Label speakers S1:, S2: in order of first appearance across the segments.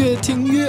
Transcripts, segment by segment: S1: 越饿，越听越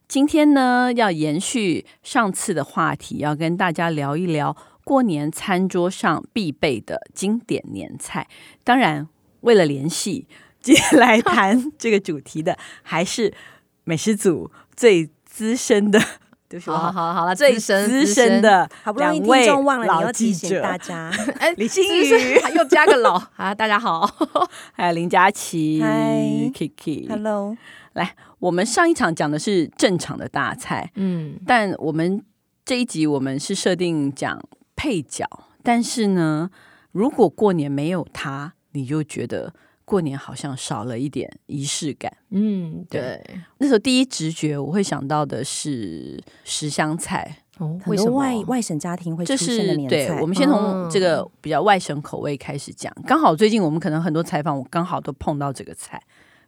S2: 今天呢，要延续上次的话题，要跟大家聊一聊过年餐桌上必备的经典年菜。当然，为了联系，接下来谈这个主题的还是美食组最资深的，对不起，我
S3: 好好
S2: 好
S3: 好好了，
S2: 最
S3: 哦资深
S2: 资深，的
S4: 好不容
S2: 两
S4: 易
S2: 位
S4: 听众忘了，你
S2: 老
S4: 要提
S2: 记
S4: 醒
S2: 者
S4: 大家。
S3: 资哎，
S2: 李欣
S3: 资深还又加个老啊，大家好，
S2: 还有林佳琪、
S4: 嗨
S2: Kiki。
S4: Hello，
S2: 我们上一场讲的是正常的大菜，
S3: 嗯，
S2: 但我们这一集我们是设定讲配角，但是呢，如果过年没有它，你就觉得过年好像少了一点仪式感。
S3: 嗯，
S2: 对
S3: 对，
S2: 那时候第一直觉我会想到的是十香菜，
S3: 哦，
S4: 很
S3: 为什
S4: 多
S3: 么？
S4: 外外省家庭会出
S2: 这
S4: 现的
S2: 是
S4: 年
S2: 对
S4: 菜，
S2: 我们先从
S3: 嗯
S2: 这个比较外省口味开始讲。刚好最近我们可能很多采访，我刚好都碰到这个菜。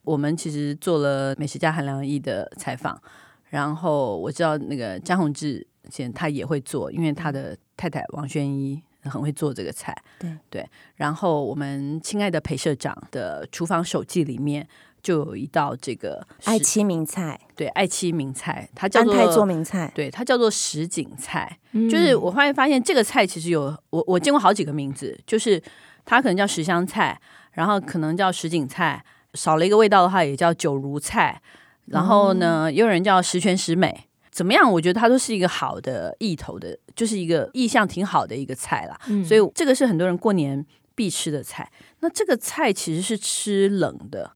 S2: 我们其实做了美食家韩良义的采访，然后我知道那个张宏志先他也会做，因为他的太太王宣一很会做这个菜。
S4: 对
S2: 对，然后我们亲爱的裴社长的厨房手记里面就有一道这个
S4: 爱
S2: 是
S4: 妻名菜、
S2: 对爱妻名菜，它叫
S4: 安泰做
S2: 做
S4: 名菜，
S2: 对它叫做什锦菜。
S3: 嗯
S2: 就是我，发现发现这个菜其实有我我见过好几个名字，就是它可能叫十香菜，然后可能叫什锦菜，少了一个味道的话也叫九如菜，然后
S3: 哦
S2: 呢，也有人叫十全十美。怎么样？我觉得它都是一个好的意头的，就是一个意向挺好的一个菜啦。
S3: 嗯
S2: 所以这个是很多人过年必吃的菜。那这个菜其实是吃冷的，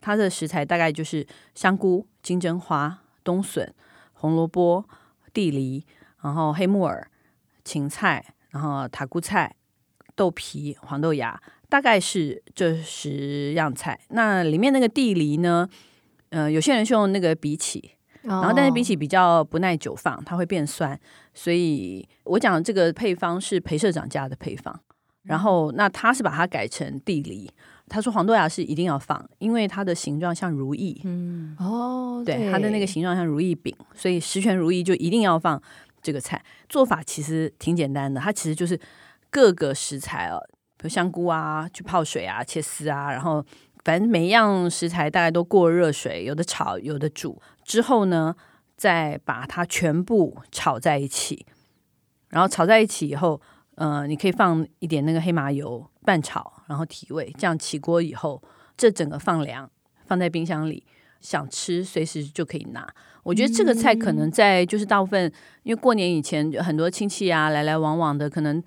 S2: 它的食材大概就是香菇、金针花、冬笋、红萝卜、地梨，然后黑木耳、芹菜，然后塔菇菜、豆皮、黄豆芽，大概是这十样菜。那里面那个地梨呢？呃，有些人是用那个荸荠，
S3: 然
S2: 然后但
S3: 哦
S2: 是比起比较不耐久放，它会变酸，所以我讲这个配方是裴社长家的配方。然后那他是把它改成地梨，他说黄豆芽是一定要放，因为它的形状像如意，
S4: 嗯，
S3: 哦，
S2: 对它的那个形状像如意饼，所以十全如意就一定要放这个菜。做法其实挺简单的，它其实就是各个食材哦，比如香菇啊，去泡水啊，切丝啊，然后反正每一样食材大概都过热水，有的炒，有的煮，之后呢，再把它全部炒在一起，然后炒在一起以后，呃，你可以放一点那个黑麻油拌炒，然后提味，这样起锅以后，这整个放凉，放在冰箱里，想吃随时就可以拿。我觉得这个菜可能在就是大部分，因为过年以前很多亲戚啊来来往往的，可能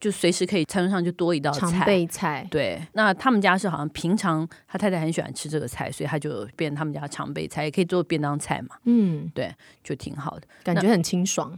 S2: 就随时可以餐桌上就多一道菜。
S3: 常备菜，
S2: 对，那他们家是好像平常他太太很喜欢吃这个菜，所以他就变他们家常备菜，也可以做便当菜嘛，
S3: 嗯，
S2: 就挺好的。
S3: 感觉很清爽，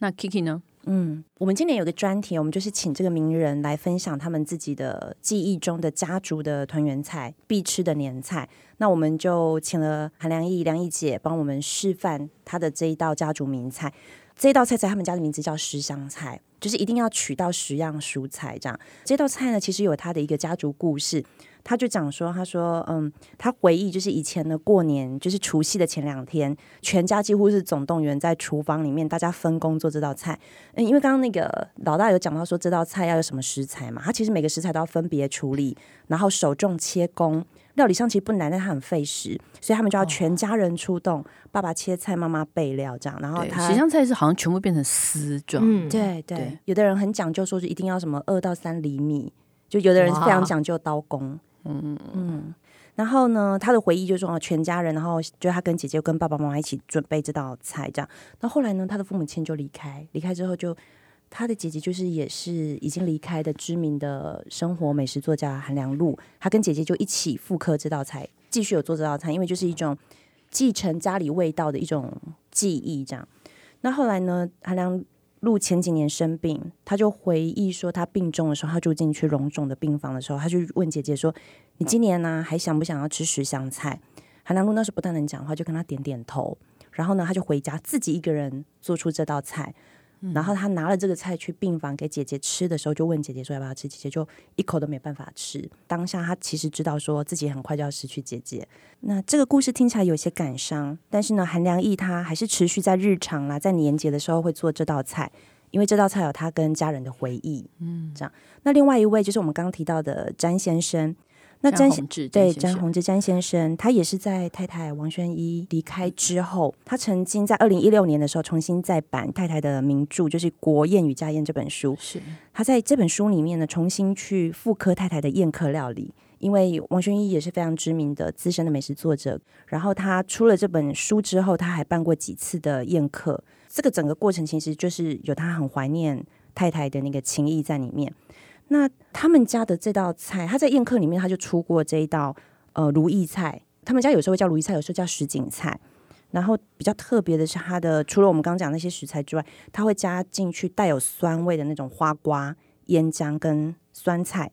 S2: 那 Kiki 呢？
S4: 嗯，我们今年有个专题，我们就是请这个名人来分享他们自己的记忆中的家族的团圆菜、必吃的年菜。那我们就请了韩良义、梁义姐帮我们示范她的这一道家族名菜。这道菜在他们家的名字叫十香菜，就是一定要取到十样蔬菜这样。这道菜呢，其实有他的一个家族故事。他就讲说，他说，嗯，他回忆就是以前的过年，就是除夕的前两天，全家几乎是总动员在厨房里面，大家分工做这道菜。嗯，因为刚刚那个老大有讲到说这道菜要有什么食材嘛，它其实每个食材都要分别处理，然后手重切工，料理上其实不难，但它很费时，所以他们就要全家人出动，爸爸切菜，妈妈备料这样，然后
S2: 对，
S4: 他
S2: 十香菜是好像全部变成丝状。
S3: 嗯，，
S4: 对对，
S2: 对
S4: 有的人很讲究，说是一定要什么二到三厘米，就有的人是非常
S3: 哇
S4: 讲究刀工。嗯嗯。然后呢，他的回忆就是说，哦全家人，然后就他跟姐姐跟爸爸妈妈一起准备这道菜，这样。那后来呢，他的父母亲就离开，离开之后就他的姐姐就是也是已经离开的知名的生活美食作家韩良露，他跟姐姐就一起复刻这道菜，继续有做这道菜，因为就是一种继承家里味道的一种记忆这样。那后来呢，韩良露前几年生病，他就回忆说，他病重的时候，他住进去荣总的病房的时候，他就问姐姐说：“你今年呢、还想不想要吃十香菜？”韩良露那时候不太能讲话，就跟他点点头。然后呢，他就回家自己一个人做出这道菜。然后他拿了这个菜去病房给姐姐吃的时候，就问姐姐说要不要吃，姐姐就一口都没办法吃。当下他其实知道说自己很快就要失去姐姐。那这个故事听起来有些感伤，但是呢，韩良义他还是持续在日常啦，在年节的时候会做这道菜。因为这道菜有他跟家人的回忆，嗯，这样。那另外一位就是我们刚刚提到的詹先生，那詹先
S2: 宏志詹
S4: 对詹
S2: 先生
S4: 宏志詹先生，他也是在太太王宣一离
S2: 嗯
S4: 开之后，他曾经在二零一六年的时候重新再版太太的名著，就是《国宴与家宴》这本书。
S2: 是
S4: 他在这本书里面呢，重新去复刻太太的宴客料理。因为王宣一也是非常知名的资深的美食作者，然后他出了这本书之后，他还办过几次的宴客。这个整个过程其实就是有他很怀念太太的那个情谊在里面。那他们家的这道菜，他在宴客里面他就出过这一道呃如意菜，他们家有时候会叫如意菜，有时候叫什锦菜。然后比较特别的是，它的除了我们刚刚讲那些食材之外，它会加进去带有酸味的那种花瓜、腌姜跟酸菜。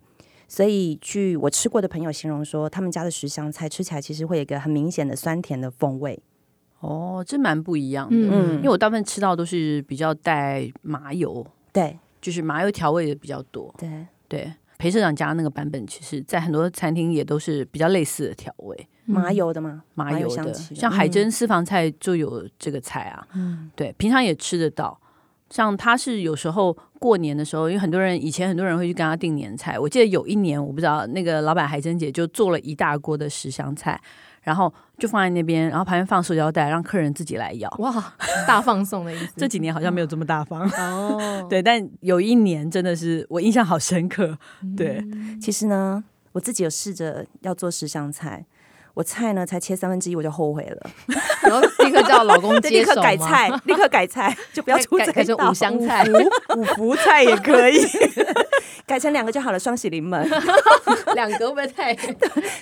S4: 所以，据我吃过的朋友形容说，他们家的十香菜吃起来其实会有一个很明显的酸甜的风味。
S2: 哦，这蛮不一样的。
S3: 嗯
S2: 因为我大部分吃到都是比较带麻油，
S4: 对
S2: 就是麻油调味的比较多。
S4: 对，
S2: 对，裴社长家那个版本，其实在很多餐厅也都是比较类似的调味，
S4: 麻油的嘛，
S2: 麻油
S4: 香
S2: 的，
S4: 气
S2: 像海珍私房菜就有这个菜啊。嗯，对，平常也吃得到。像他是有时候过年的时候，因为很多人以前很多人会去跟他订年菜。我记得有一年，我不知道那个老板海珍姐就做了一大锅的十香菜，然后就放在那边，然后旁边放塑胶袋，让客人自己来舀。
S3: 哇，大放送的意思。
S2: 这几年好像没有这么大方，
S3: 哦，
S2: 对，但有一年真的是我印象好深刻，对，
S4: 其实呢，我自己有试着要做十香菜，我菜呢才切三分之一我就后悔 了，
S3: 然后立刻叫老 公
S4: 就立
S3: 接手
S4: 刻
S3: 吗
S4: 改菜， 立刻改菜，就不要出
S3: 改
S4: 这
S3: 改
S4: 一
S3: 成
S4: 道
S3: 五香菜
S4: 五福 五福菜也可以， 改成两个就好了，双喜临 门。
S3: 两个会不会 太？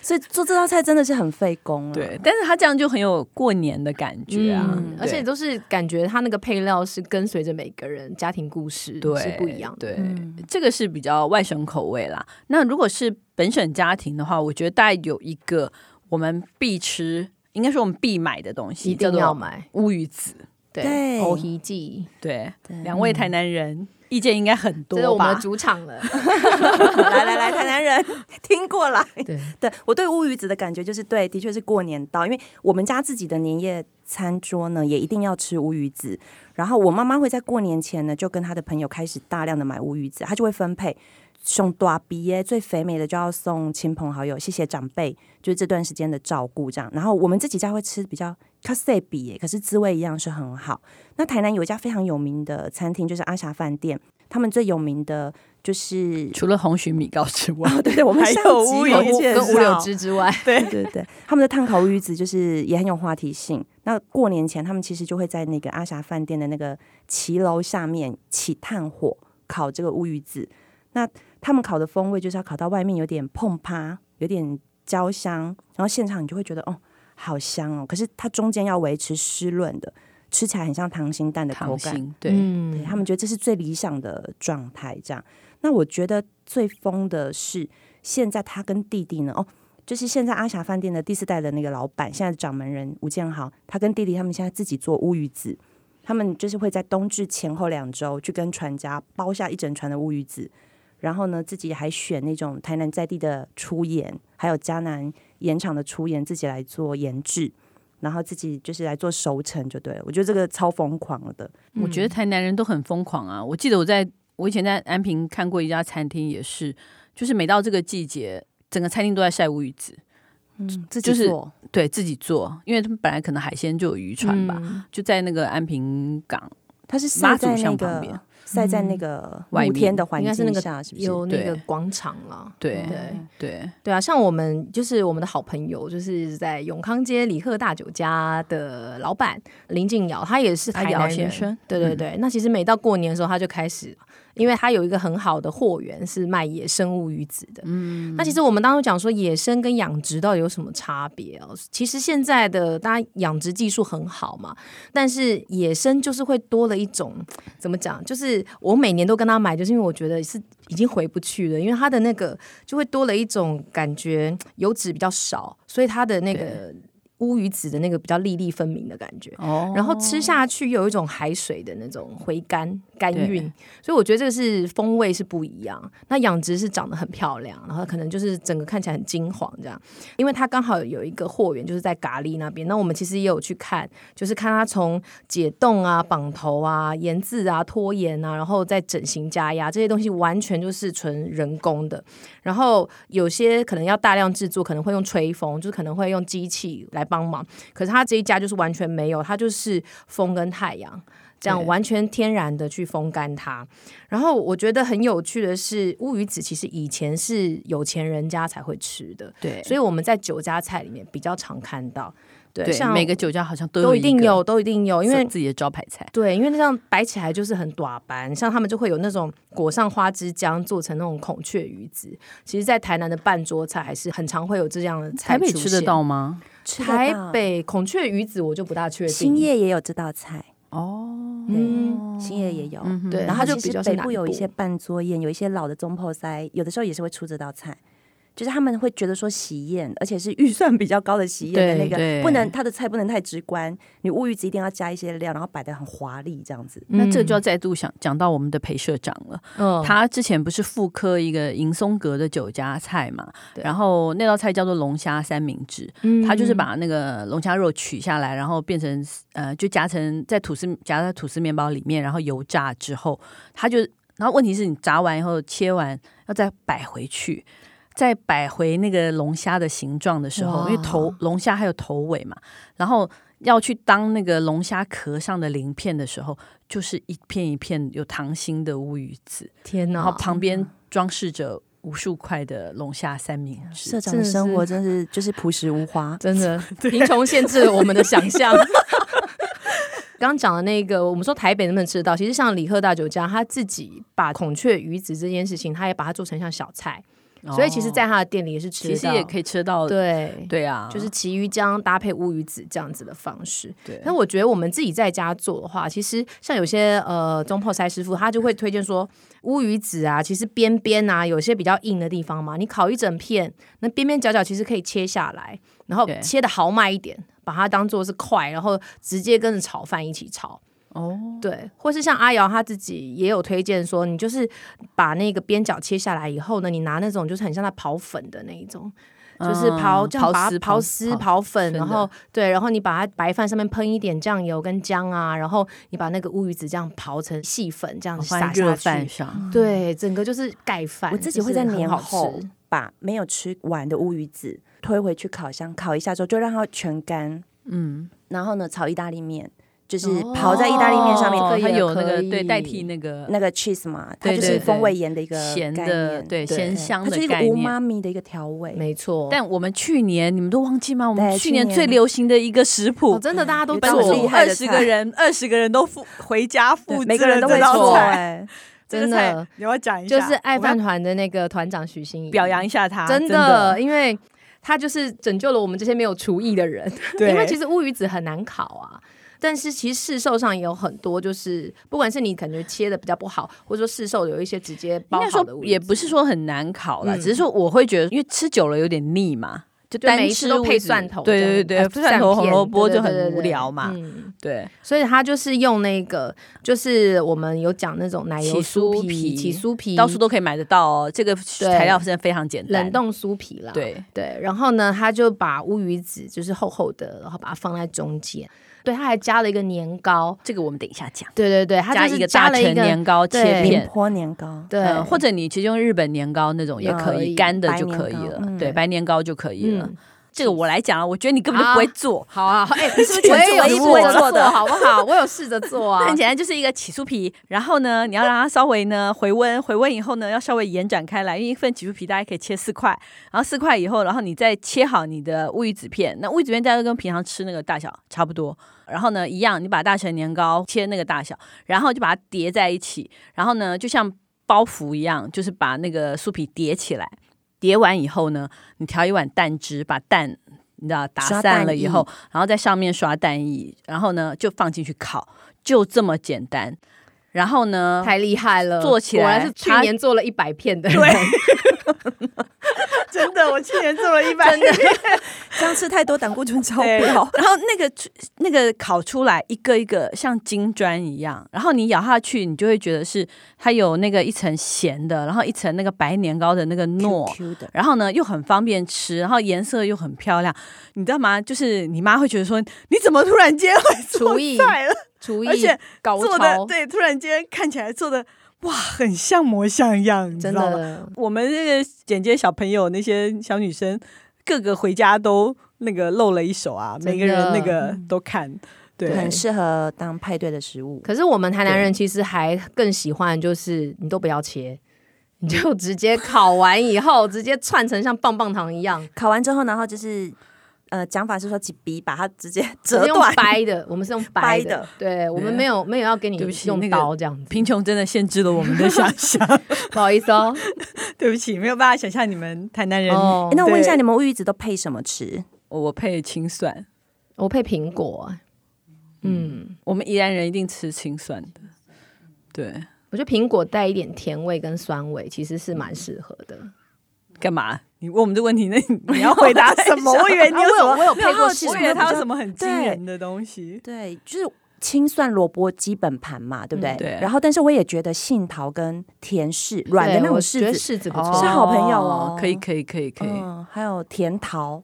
S4: 所以做这道菜真的是很费工啊了。
S2: 对，但是他这样就很有过年的感觉啊，
S3: 嗯，而且
S2: 对
S3: 都是感觉它那个配料是跟随着每个人家庭故事
S2: 对
S3: 是不一样的。嗯
S2: 对，这个是比较外省口味啦。那如果是本省家庭的话，我觉得大概有一个我们必吃，应该说我们必买的东西，
S3: 一定
S2: 叫
S3: 要
S2: 做
S3: 买，
S2: 乌鱼子。
S4: 对
S3: 藕皮记，
S2: 对，两位台南人意见应该很
S3: 这是
S2: 多
S3: 我们
S2: 吧
S3: 的？主场了。
S4: 来来来，台南人 听过来。
S3: 对，
S4: 对我对乌鱼子的感觉就是，对，的确是过年到，因为我们家自己的年夜餐桌呢，也一定要吃乌鱼子。然后我妈妈会在过年前呢，就跟她的朋友开始大量的买乌鱼子，她就会分配。送大鼻耶，最肥美的就要送亲朋好友，谢谢长辈，就是这段时间的照顾这样。然后我们自己家会吃比较 c a s e 比耶，可是滋味一样是很好。那台南有一家非常有名的餐厅，就是阿霞饭店，他们最有名的就是
S2: 除了红曲米糕之外，
S3: 哦
S4: 对对，我们
S2: 还
S4: 上
S2: 有
S4: 集
S2: 乌
S4: 有
S2: 鱼
S4: 介
S3: 跟五柳
S4: 绍
S3: 枝之 外，
S4: 对对对，他们的碳烤鱼子就是也很有话题性。那过年前，他们其实就会在那个阿霞饭店的那个骑楼下面起炭火烤这个乌鱼子。那他们烤的风味就是要烤到外面有点碰趴，有点焦香，然后现场你就会觉得哦，好香哦。可是它中间要维持湿润的，吃起来很像溏心蛋的口
S2: 糖
S4: 感。
S2: 心对。
S4: 对
S3: 嗯
S4: 他们觉得这是最理想的状态。这样，那我觉得最疯的是现在他跟弟弟呢，哦，就是现在阿霞饭店的第四代的那个老板，现在的掌门人吴建豪，他跟弟弟他们现在自己做乌鱼子，他们就是会在冬至前后两周去跟船家包下一整船的乌鱼子。然后呢，自己还选那种台南在地的粗盐，还有迦南盐厂的粗盐，自己来做盐制，然后自己就是来做熟成就对了。我觉得这个超疯狂的。
S2: 我觉得
S3: 嗯
S2: 台南人都很疯狂啊！我记得我在我以前在安平看过一家餐厅，也是，就是每到这个季节，整个餐厅都在晒乌鱼子，
S4: 嗯，自
S2: 就是
S4: 做
S2: 对自己做，因为他们本来可能海鲜就有渔船吧，
S3: 嗯
S2: 就在那个安平港，
S4: 它是
S2: 妈
S4: 晒
S2: 祖
S4: 在那
S2: 像旁边
S4: 个晒在那个
S2: 外
S4: 露
S2: 面
S4: 天的环
S3: 应该是那
S4: 境
S3: 个
S4: 下，是不是？
S3: 有那个
S2: 对
S3: 广场啦。
S2: 对
S3: 对
S2: 对，
S3: 对啊，像我们就是我们的好朋友，就是在永康街李贺大酒家的老板林静尧，他也是
S2: 啊
S3: 台南
S2: 尧先生
S3: 人。嗯对对对，那其实每到过年的时候，他就开始，因为他有一个很好的货源是卖野生乌鱼子的。嗯，那其实我们当初讲说野生跟养殖到底有什么差别哦？其实现在的大家养殖技术很好嘛，但是野生就是会多了一种怎么讲？就是我每年都跟他买，就是因为我觉得是已经回不去了，因为他的那个就会多了一种感觉，油脂比较少，所以它的那个乌鱼子的那个比较粒粒分明的感觉。
S2: 哦
S3: 然后吃下去又有一种海水的那种回甘甘
S2: 对
S3: 韵，所以我觉得这个是风味是不一样。那养殖是长得很漂亮，然后可能就是整个看起来很金黄这样，因为它刚好有一个货源就是在咖喱那边。那我们其实也有去看，就是看它从解冻啊、绑头啊、盐渍啊、脱盐啊，然后再整形加压这些东西，完全就是纯人工的。然后有些可能要大量制作，可能会用吹风，就是可能会用机器来帮忙。可是它这一家就是完全没有，它就是风跟太阳。这样
S2: 对
S3: 完全天然的去风干它，然后我觉得很有趣的是，乌鱼子其实以前是有钱人家才会吃的，
S2: 对，
S3: 所以我们在酒家菜里面比较常看到。对，
S2: 对
S3: 像
S2: 每个酒家好像都
S3: 都一
S2: 个
S3: 定有，都一定有，因为
S2: 自己的招牌菜，
S3: 对，因为那样摆起来就是很短板，像他们就会有那种裹上花枝浆做成那种孔雀鱼子。其实，在台南的半桌菜还是很常会有这样的菜
S2: 台北
S3: 出
S2: 吃得
S3: 现。
S2: 到吗？
S4: 吃得到
S3: 台北孔雀鱼子我就不大确定。
S4: 兴业也有这道菜，
S2: 哦，
S3: 嗯，
S4: 兴业也有。
S3: 对，
S4: 然后
S3: 它就比
S4: 其实
S3: 较是
S4: 北
S3: 南
S4: 部有一些半桌宴，有一些老的中破塞，有的时候也是会出这道菜。就是他们会觉得说喜宴，而且是预算比较高的喜宴的
S2: 对
S4: 那个，
S2: 对
S4: 不能他的菜不能太直观，你乌鱼子一定要加一些料，然后摆的很华丽这样子。
S2: 那这就要
S3: 叫
S2: 再度想讲到我们的裴社长了。
S3: 嗯
S2: 他之前不是复刻一个银松阁的酒家菜嘛，
S3: 对
S2: 然后那道菜叫做龙虾三明治，
S3: 嗯
S2: 他就是把那个龙虾肉取下来，然后变成呃，就夹成在吐司夹在吐司面包里面，然后油炸之后，他就然后问题是你炸完以后切完要再摆回去。再摆回那个龙虾的形状的时候，
S3: 哇
S2: 因为头龙虾还有头尾嘛，然后要去当那个龙虾壳上的鳞片的时候，就是一片一片有溏心的乌鱼子。
S3: 天
S2: 然
S3: 哪
S2: 后，旁
S3: 哦
S2: 边装饰着无数块的龙虾三明治。
S4: 社长的生活真是就是朴实无华，
S3: 真的贫穷限制了我们的想象。刚刚讲的那个，我们说台北能不能吃得到？其实像李贺大酒家，他自己把孔雀鱼子这件事情，他也把它做成像小菜，所以其实，在他的店里也是
S2: 哦其
S3: 吃得
S2: 实
S3: 到
S2: 也可以吃到，
S3: 对。
S2: 对啊，
S3: 就是奇鱼浆搭配乌鱼子这样子的方式，
S2: 对
S3: 但我觉得我们自己在家做的话，其实像有些呃中泡菜师傅，他就会推荐说乌鱼子啊，其实边边啊有些比较硬的地方嘛，你烤一整片，那边边角角其实可以切下来，然后
S2: 对
S3: 切的豪迈一点，把它当做是块，然后直接跟着炒饭一起炒。
S2: 哦，
S3: 对，或是像阿瑶她自己也有推荐说，你就是把那个边角切下来以后呢，你拿那种就是很像在刨粉的那一种。就是刨，
S2: 嗯
S3: 这样把
S2: 刨
S3: 它
S2: 丝
S3: 刨
S2: 刨
S3: 丝、
S2: 刨
S3: 刨粉，
S2: 真的
S3: 然后对，然后你把它白饭上面喷一点酱油跟姜啊，然后你把那个乌鱼子这样刨成细粉，这样
S2: 哦放
S3: 撒
S2: 在热
S3: 下
S2: 饭
S3: 去。
S2: 上，
S3: 对，整个就是盖饭。
S4: 我自己
S3: 就
S4: 会
S3: 是
S4: 在
S3: 很
S4: 年
S3: 好
S4: 后
S3: 吃
S4: 把没有吃完的乌鱼子推回去烤箱烤一下之后，就让它全干，
S2: 嗯，
S4: 然后呢炒意大利面，就是
S3: 哦
S4: 刨在意大利面上面、
S3: 哦
S2: 它
S3: 这个也
S2: 有那个
S3: 可以
S2: 对代替那个
S4: 那个 cheese 嘛，它
S2: 对
S4: 就
S2: 对
S4: 是
S2: 对
S4: 风味盐的一个
S2: 咸
S4: 概
S2: 的
S4: 念
S2: 对
S3: 对
S2: 咸香
S4: 它
S2: 的
S4: 就是一个
S2: 概
S4: 无
S2: 念。
S4: 妈咪的一个调味。
S3: 没错，
S2: 但我们去年你们都忘记吗？我们
S4: 对
S2: 去
S4: 去
S2: 年
S4: 年
S2: 最流行的一个食
S3: 哦，
S2: 谱，
S3: 真的大家都
S4: 有
S2: 本
S4: 这么厉
S2: 组
S3: 做，
S4: 害
S2: 二
S4: 的
S2: 十
S4: 菜
S2: 个人，二十个人都复回家复
S4: 对每个人都会
S2: 这道
S4: 做，
S2: 菜
S4: 哎
S1: 这
S3: 真
S1: 个菜
S3: 的
S1: 你要讲一下，
S3: 就是爱
S1: 我们
S3: 饭团的那个团长许欣怡
S2: 要表扬一下他，
S3: 真
S2: 啊真
S3: 的，，因为他就是拯救了我们这些没有厨艺的 人。
S1: 对
S3: 因为其实乌鱼子很难烤啊。但是其实市售上也有很多，就是不管是你感觉切的比较不好，或者说市售有一些直接
S2: 应
S3: 包
S2: 该
S3: 好的乌
S2: 说
S3: 鱼
S2: 也
S3: 子
S2: 不是说很难烤啦，
S3: 嗯
S2: 只是说我会觉得，因为吃久了有点腻嘛，就
S3: 就
S2: 单
S3: 每一
S2: 吃
S3: 次都
S2: 乌
S3: 配
S2: 子
S3: 蒜头这样，
S2: 对对对，
S3: 呃
S2: 蒜头红
S3: 片
S2: 萝卜
S3: 对
S2: 就
S3: 对对
S2: 很
S3: 对
S2: 无
S3: 对
S2: 聊嘛，
S3: 嗯
S2: 对，
S3: 所以他就是用那个，就是我们有讲那种奶
S2: 起
S3: 油酥
S2: 酥
S3: 皮、
S2: 皮
S3: 起酥皮，
S2: 到处都可以买得到哦。这个材料真的非常简单，
S3: 嗯冷冻酥皮啦。
S2: 对，
S3: 对，然后呢，他就把乌鱼子就是厚厚的，然后把它放在中间。对，他还加了一个年糕，
S2: 这个我们等一下讲，
S3: 对对对，它
S2: 加
S3: 就是
S2: 一个
S3: 加
S2: 大
S3: 了一
S2: 成
S3: 个
S2: 年糕切
S3: 对
S4: 哎宁
S2: 片。
S4: 波 年糕，
S3: 对，
S2: 呃或者你其实用日本年糕那种也
S3: 嗯
S2: 可
S3: 可
S2: 以，
S3: 以
S2: 干的
S4: 白
S2: 就
S4: 年
S2: 可以
S4: 糕
S2: 了，
S4: 嗯
S2: 对，白年糕就可以了。
S3: 嗯
S2: 这个我来讲啊，我觉得你根本就不会做，
S3: 好啊，哎、你是不是
S2: 我
S3: 我
S2: 也
S3: 也
S2: 有
S3: 有
S2: 试
S3: 做
S2: 着做
S3: 的好不好？我有试着做
S2: 那
S3: 啊
S2: 很。简单，就是一个起酥皮，然后呢，你要让它稍微呢回温，回温以后呢，要稍微延展开来，因为一份起酥皮大概可以切四块，然后四块以后，然后你再切好你的乌鱼子片，那乌鱼子片大概跟平常吃那个大小差不多，然后呢一样，你把大成年糕切那个大小，然后就把它叠在一起，然后呢就像包袱一样，就是把那个酥皮叠起来，叠完以后呢，你调一碗蛋汁，把蛋。你知道打
S4: 刷
S2: 散
S4: 蛋
S2: 了以
S4: 液
S2: 后，然后在上面刷蛋液，然后呢就放进去烤，就这么简单。然后 呢，
S3: 啊太厉害了，
S2: 做起来
S3: 果然是去
S2: 他
S3: 年做了一百片的人，
S2: 对 真的，我去年做了一百
S4: 这样吃太多胆固醇超
S2: 对
S4: 标。
S2: 然后那个出那个烤出来一个一个像金砖一样，然后你咬下去，你就会觉得是它有那个一层咸的，然后一层那个白年糕的那个糯。
S4: Q 的，
S2: 然后呢，又很方便吃，然后颜色又很漂亮，你知道吗？就是你妈会觉得说，你怎么突然间会做
S3: 厨艺
S2: 菜了？
S3: 厨艺
S2: 而且
S3: 高
S2: 做的
S3: 超，
S2: 对，突然间看起来做的哇，很像模像样，你知
S3: 真
S2: 道吗？
S3: 的
S2: 我们这个剪接小朋友那些小女生，个个回家都那个露了一手啊，
S3: 真的
S2: 每个人那个都看，嗯对，
S4: 很适合当派对的食物。
S3: 可是我们台南人其实还更喜欢，就是你都不要切，你就直接烤完以后，直接串成像棒棒糖一样，
S4: 烤完之后，然后就是呃，讲法是说几笔把它直接
S3: 只
S4: 折
S3: 是用
S4: 断，
S3: 掰的，我们是用掰
S4: 掰的
S3: 对我们没有没有要给你
S2: 对不起那
S3: 用
S2: 个
S3: 刀这样子，
S2: 贫穷真的限制了我们的想象，
S3: 不好意思哦。
S2: 对不起，没有办法想象你们台南人。
S3: 哦
S4: 诶，那我问一下，
S2: 对
S4: 你们乌鱼子都配什么吃？
S2: 我我配青蒜，
S3: 我配苹果，嗯，
S2: 我们宜兰人一定吃青蒜的，对，
S3: 我觉得苹果带一点甜味跟酸味，其实是蛮适合的。
S2: 干嘛？你问我们这个问题，那你你要回答什么？
S4: 我在想
S2: 我以为你有什
S3: 啊
S2: 么，
S4: 我有我有
S2: 没有
S4: 配过
S2: 好奇
S4: 青
S2: 我
S4: 蒜
S2: 以为他
S4: 比
S2: 有
S4: 较
S2: 什么很惊
S4: 对
S2: 人的东西。
S4: 对，就是青蒜萝卜基本盘嘛，对不对？
S2: 嗯对
S4: 然后，但是我也觉得杏桃跟甜柿软的
S3: 对
S4: 那种
S3: 我
S4: 柿
S3: 觉得
S4: 子，
S3: 柿子不
S4: 是
S3: 错。
S4: 好朋友哦
S2: 可以，可以，可以，可以。
S4: 嗯，还有甜桃，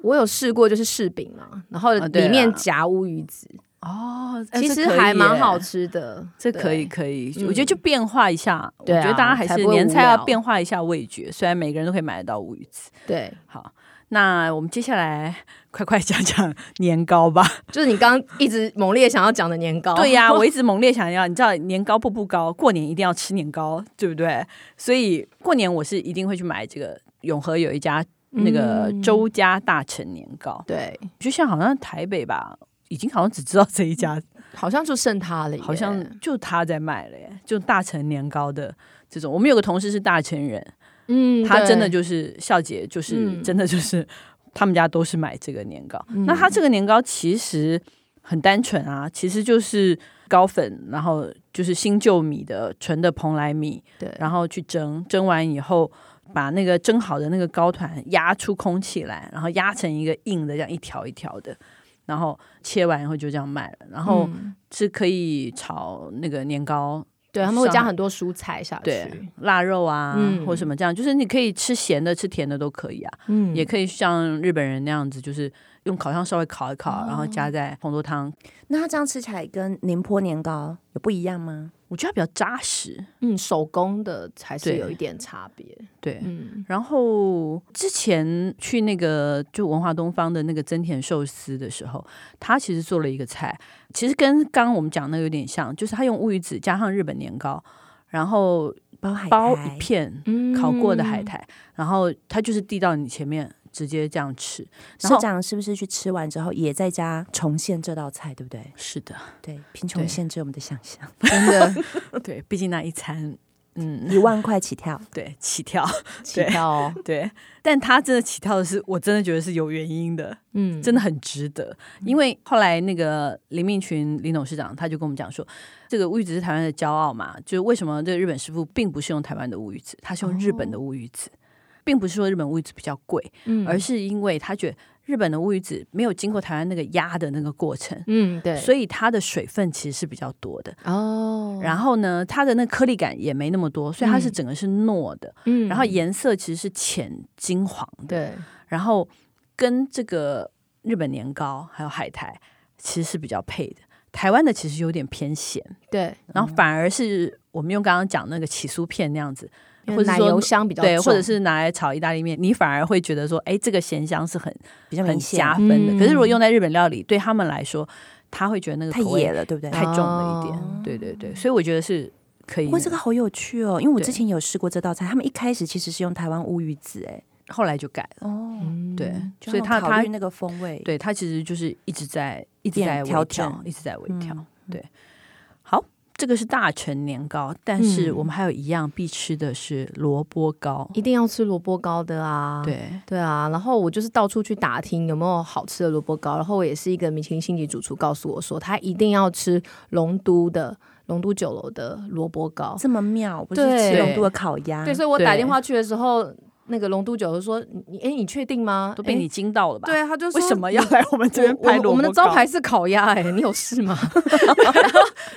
S3: 我有试过，就是柿饼嘛，然后
S2: 啊对啦
S3: 里面夹乌鱼子，
S2: 哦，哎
S3: 其
S2: 这
S3: 实
S2: 可以
S3: 还蛮
S2: 耶
S3: 好吃的。
S2: 这可以
S3: 对
S2: 可以，
S3: 嗯
S2: 我觉得就变化一下。我
S3: 对啊
S2: 觉得大家还
S3: 才
S2: 是
S3: 不会
S2: 年菜
S3: 无
S2: 要
S3: 聊
S2: 变化一下味觉，虽然每个人都可以买得到乌鱼子。
S3: 对，
S2: 好，那我们接下来快快讲讲年糕吧。
S3: 就是你刚刚一直猛烈想要讲的年糕。
S2: 对 呀、我一直猛烈想要，你知道年糕步步高，过年一定要吃年糕，对不对？所以过年我是一定会去买这个永和有一家那个
S3: 嗯
S2: 周家大成年糕，
S3: 对，
S2: 就像好像台北吧。已经好像只知道这一家
S3: 好像就剩它了耶，
S2: 好像就他在卖了耶，就大成年糕的这种。我们有个同事是大成人，
S3: 嗯，
S2: 他
S3: 对
S2: 真的就是笑姐，就是、
S3: 嗯
S2: 真的就是他们家都是买这个年糕。那他这个年糕其实很单纯啊，其实就是高粉，然后就是新旧米的纯的蓬莱米，
S3: 对，
S2: 然后去蒸，蒸完以后把那个蒸好的那个糕团压出空气来，然后压成一个硬的，这样一条一条的。然后切完以后就这样卖了，然后
S3: 嗯
S2: 是可以炒那个年糕，
S3: 对他们会加
S2: 上
S3: 很多蔬菜下
S2: 对
S3: 去，，
S2: 腊肉啊、
S3: 嗯
S2: 或什么这样，就是你可以吃咸的、吃甜的都可以啊，
S3: 嗯
S2: 也可以像日本人那样子，就是用烤箱稍微烤一烤，然后
S3: 哦
S2: 加在红豆汤，
S4: 那它这样吃起来跟宁波年糕有不一样吗？
S2: 我觉得它比较扎实。
S3: 嗯手工的还是
S2: 对
S3: 有一点差别，
S2: 对，
S3: 嗯，
S2: 然后之前去那个就文化东方的那个增田寿司的时候，他其实做了一个菜，其实跟刚刚我们讲的有点像，就是他用乌鱼子加上日本年糕，然后
S4: 包海
S2: 包
S4: 苔
S2: 一片
S3: 嗯
S2: 烤过的海苔，然后它就是递到你前面，直接这样吃。然
S4: 社
S2: 后
S4: 长是不是去吃完之后也在家重现这道菜，对不对？
S2: 是 的，
S4: 对，贫穷
S2: 对
S4: 限制我们的想象，
S3: 真的
S2: 对，毕竟那一餐，嗯，
S4: 一万块起跳。
S2: 对，起跳，
S3: 起跳哦，
S2: 对，但他真的起跳的是，我真的觉得是有原因的，
S3: 嗯，
S2: 真的很值得。因为后来那个林命群林董事长他就跟我们讲说，这个乌鱼子是台湾的骄傲嘛，就是为什么这个日本师傅并不是用台湾的乌鱼子，他是用日本的乌鱼子，并不是说日本乌鱼子比较贵，
S3: 哦嗯
S2: 而是因为他觉得日本的乌鱼子没有经过台湾那个压的那个过程，
S3: 嗯对，
S2: 所以它的水分其实是比较多的。
S3: 以哦，
S2: 然后呢，它的那个颗粒感也没那么多，所以它是
S3: 嗯
S2: 整个是糯的，
S3: 嗯
S2: 然后颜色其实是浅金黄的，
S3: 对
S2: 然后跟这个日本年糕还有海苔其实是比较配的。台湾的其实有点偏咸，
S3: 对，
S2: 然后
S4: 嗯
S2: 反而是我们用刚刚讲那个起酥片那样子，
S3: 因
S2: 或
S3: 为
S2: 者
S3: 奶
S2: 说
S3: 油香比较
S2: 对，
S3: 重
S2: 或者是拿来炒意大利面，你反而会觉得说，哎，这个咸香是很
S4: 比较
S2: 很
S4: 明显，
S2: 加分的。
S3: 嗯
S2: 可是如果用在日本料理，对他们来说，他会觉得那个
S4: 太
S2: 口味
S4: 野了，对不对？
S2: 太重了一点。对对对，所以我觉得是可以
S4: 哦不
S2: 的。
S4: 过这个好有趣哦，因为我
S2: 对
S4: 之前有试过这道菜，他们一开始其实是用台湾乌鱼子，哎，
S2: 后来就改了，
S4: 哦，
S3: 嗯
S2: 对，
S4: 就
S2: 所以
S4: 让
S2: 他
S4: 考
S2: 他
S4: 虑那个风味，，
S2: 对他其实就是一直在一直
S4: 变
S2: 在微
S4: 调
S2: 调，
S4: 整
S2: 一直在
S3: 嗯
S2: 微调。对，好，这个是大成年糕，但是
S3: 嗯
S2: 我们还有一样必吃的是萝卜糕。
S3: 一定要吃萝卜糕的啊，。
S2: 对，
S3: 对啊，然后我就是到处去打听有没有好吃的萝卜糕，然后我也是一个米其林星级主厨告诉我说，他一定要吃龙都的龙都酒楼的萝卜糕。
S4: 这么妙，不是
S3: 对
S4: 吃龙都的烤
S2: 啊
S4: 鸭，
S3: 对，所以我打
S2: 对
S3: 电话去的时候，那个龙都酒楼说：“你哎，你确定吗？”
S2: 都被
S3: 诶
S2: 你惊到了吧？
S3: 对，他啊就说
S2: 为什么要来我们这边
S3: 我
S2: 拍
S3: 们我们的
S2: 萝卜糕
S3: 招牌是烤鸭、哎，你有事吗？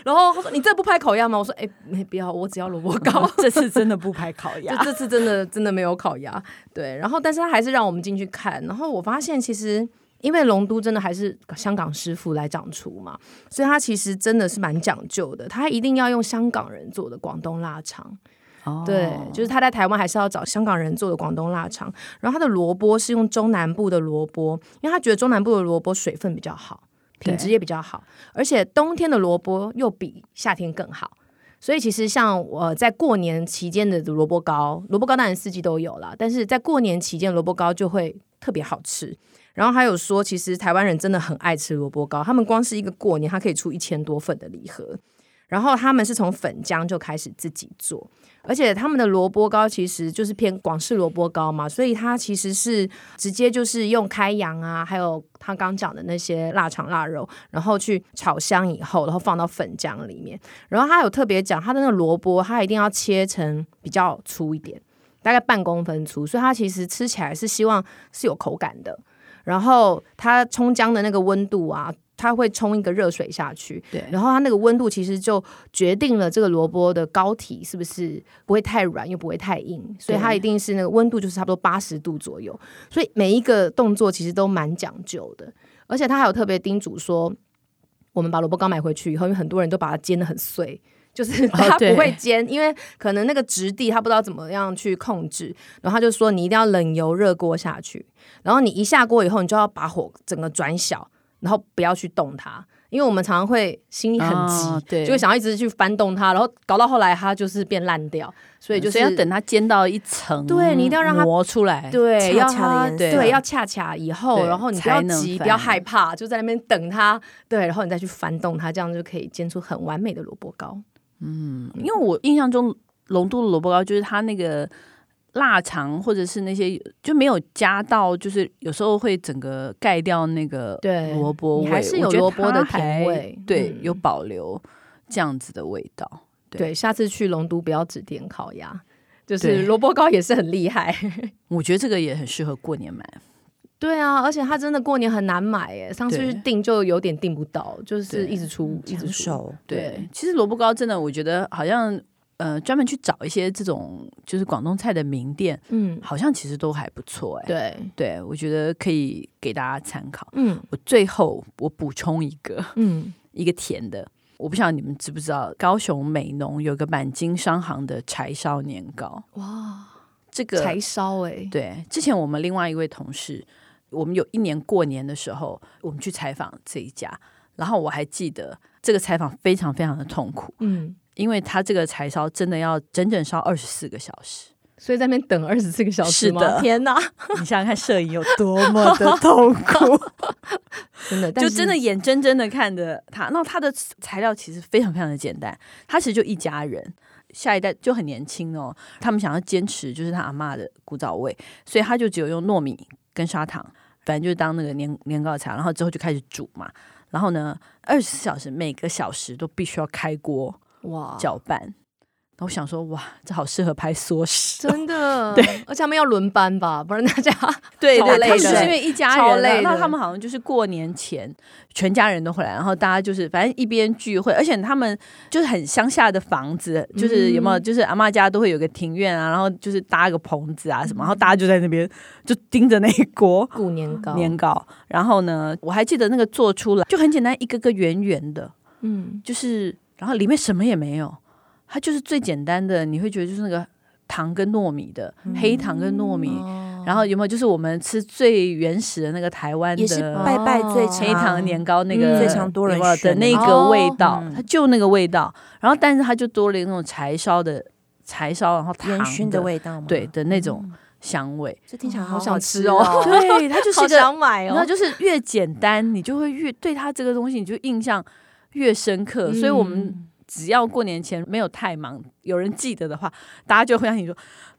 S3: 然后他说你这不拍烤鸭吗？我说哎、没不要，我只要萝 卜糕。
S2: 这次真的不拍烤
S3: 就
S2: 鸭，
S3: 这次真的真的没有烤鸭，对。然后但是他还是让我们进去看，然后我发现其实。因为龙都真的还是香港师傅来掌厨嘛，所以他其实真的是蛮讲究的。他一定要用香港人做的广东腊肠，
S2: 哦
S3: 对， 就是他在台湾还是要找香港人做的广东腊肠，然后他的萝卜是用中南部的萝卜，因为他觉得中南部的萝卜水分比较好，
S2: 对
S3: 品质也比较好，而且冬天的萝卜又比夏天更好。所以其实像我、呃在过年期间的萝卜糕，萝卜糕当然四季都有啦，但是在过年期间萝卜糕就会特别好吃。然后还有说，其实台湾人真的很爱吃萝卜糕，他们光是一个过年，他可以出一千多份的礼盒。然后他们是从粉浆就开始自己做，而且他们的萝卜糕其实就是偏广式萝卜糕嘛，所以它其实是直接就是用开洋啊，还有他刚讲的那些腊肠腊肉，然后去炒香以后，然后放到粉浆里面。然后他有特别讲，他的那个萝卜，它一定要切成比较粗一点，大概半公分粗，所以它其实吃起来是希望是有口感的。然后它冲浆的那个温度啊，它会冲一个热水下去，
S2: 对
S3: 然后它那个温度其实就决定了这个萝卜的膏体是不是不会太软又不会太硬，所以它一定是那个温度就是差不多八十度左右，所以每一个动作其实都蛮讲究的，而且他还有特别叮嘱说，我们把萝卜糕买回去以后，因为很多人都把它煎的很碎。就是 他
S2: 哦对
S3: 不会煎，因为可能那个质地他不知道怎么样去控制，然后他就说你一定要冷油热锅下去，然后你一下锅以后，你就要把火整个转小，然后不要去动它，因为我们常常会心里很急，
S2: 啊对
S3: 就会想要一直去翻动它，然后搞到后来它就是变烂掉，所以就是
S2: 嗯要等它煎到一层，
S3: 对你一定要让它
S2: 磨出来，
S3: 对，
S4: 恰
S3: 要
S4: 恰的
S3: 它
S4: 颜
S3: 对
S2: 色
S3: 要恰恰以后，
S2: 对
S3: 然后你不
S2: 才
S3: 要
S2: 能
S3: 急，
S2: 翻
S3: 不要害怕，就在那边等它，对，然后你再去翻动它，这样就可以煎出很完美的萝卜糕。
S2: 因为我印象中龙都的萝卜糕就是它那个腊肠或者是那些就没有加到，就是有时候会整个盖掉那个
S3: 对
S2: 萝卜味，
S3: 你还是有
S2: 我觉得
S3: 萝卜
S2: 它
S3: 的
S2: 还
S3: 甜味
S2: 对
S3: 嗯，
S2: 有保留这样子的味道。对
S3: 对，下次去龙都不要只点烤鸭，就是
S2: 对
S3: 萝卜糕也是很厉害。
S2: 我觉得这个也很适合过年买，
S3: 对啊，而且它真的过年很难买耶，上次
S2: 对
S3: 去订就有点订不到，就是
S2: 对
S3: 一直出一直
S4: 抢
S3: 出。
S4: 手。
S2: 对，其实萝卜糕真的，我觉得好像呃，专门去找一些这种就是广东菜的名店，
S3: 嗯，
S2: 好像其实都还不错哎、
S3: 对，
S2: 对，我觉得可以给大家参考。
S3: 嗯
S2: 我最后我补充一个
S3: 嗯，
S2: 一个甜的，我不晓得你们知不知道，高雄美浓有个满金商行的柴烧年糕，
S3: 哇，
S2: 这个
S3: 柴烧哎，
S2: 对，之前我们另外一位同事，我们有一年过年的时候，我们去采访这一家，然后我还记得这个采访非常非常的痛苦。
S3: 嗯，
S2: 因为它这个柴烧真的要整整烧二十四个小时，
S3: 所以在那边等二十 四个小时
S2: 是
S3: 吗？
S2: 的
S3: 天哪，
S2: 你想想看，摄影有多么 的痛苦，
S3: 真的，但
S2: 就是真的眼睁睁的看着它。那它的材料其实非常非常的简单，它其实就一家人，下一代就很年轻哦，他们想要坚持就是他阿嬷的古早味，所以他就只有用糯米跟砂糖，反正就是当那个年年糕茶，然后之后就开始煮嘛。然后呢，二十四小时每个小时都必须要开锅
S3: 哇，
S2: 搅拌。然后我想说，哇，这好适合拍缩食哦，
S3: 真的， 对，而且他们要轮班吧，不然大家
S2: 对
S3: 超
S2: 对，
S3: 累
S2: 他们就
S3: 的
S2: 是因为一家
S3: 超
S2: 人
S3: 累
S2: 啊，那
S3: 的
S2: 他们好像就是过年前全家人都回来，然后大家就是反正一边聚会，而且他们就是很乡下的房子，就是有没有
S3: 嗯
S2: 就是阿嬷家都会有个庭院啊，然后就是搭个棚子啊什么，然后大家就在那边就盯着那一锅。
S3: 顾 年糕，
S2: 年糕，然后呢，我还记得那个做出来就很简单，一个个圆圆的，
S3: 嗯，
S2: 就是然后里面什么也没有，它就是最简单的，你会觉得就是那个糖跟糯米的、黑
S4: 嗯
S2: 糖跟糯米，
S4: 哦
S2: 然后有没有就是我们吃最原始的那个台湾
S4: 也是
S2: 的
S4: 拜拜最
S3: 哦
S2: 黑糖年糕那个、
S3: 嗯
S4: 非常多人
S2: 有没有的
S4: 选的
S2: 那
S3: 哦
S2: 个味道，
S4: 嗯
S2: 它就那个味道，然后但是它就多了那种柴烧的柴烧，然后糖
S4: 烟熏的味道吗？
S2: 对，的那种香味，
S4: 这听起来
S3: 好
S4: 好
S3: 想吃
S4: 吃
S3: 哦
S4: 哦。
S2: 对，它就是
S3: 好
S2: 一个
S3: 想买
S2: 然后
S3: 哦，
S2: 就是越简单，你就会越对它这个东西，你就印象越深刻。所以我们
S3: 嗯
S2: 只要过年前没有太忙，有人记得的话，大家就会让你说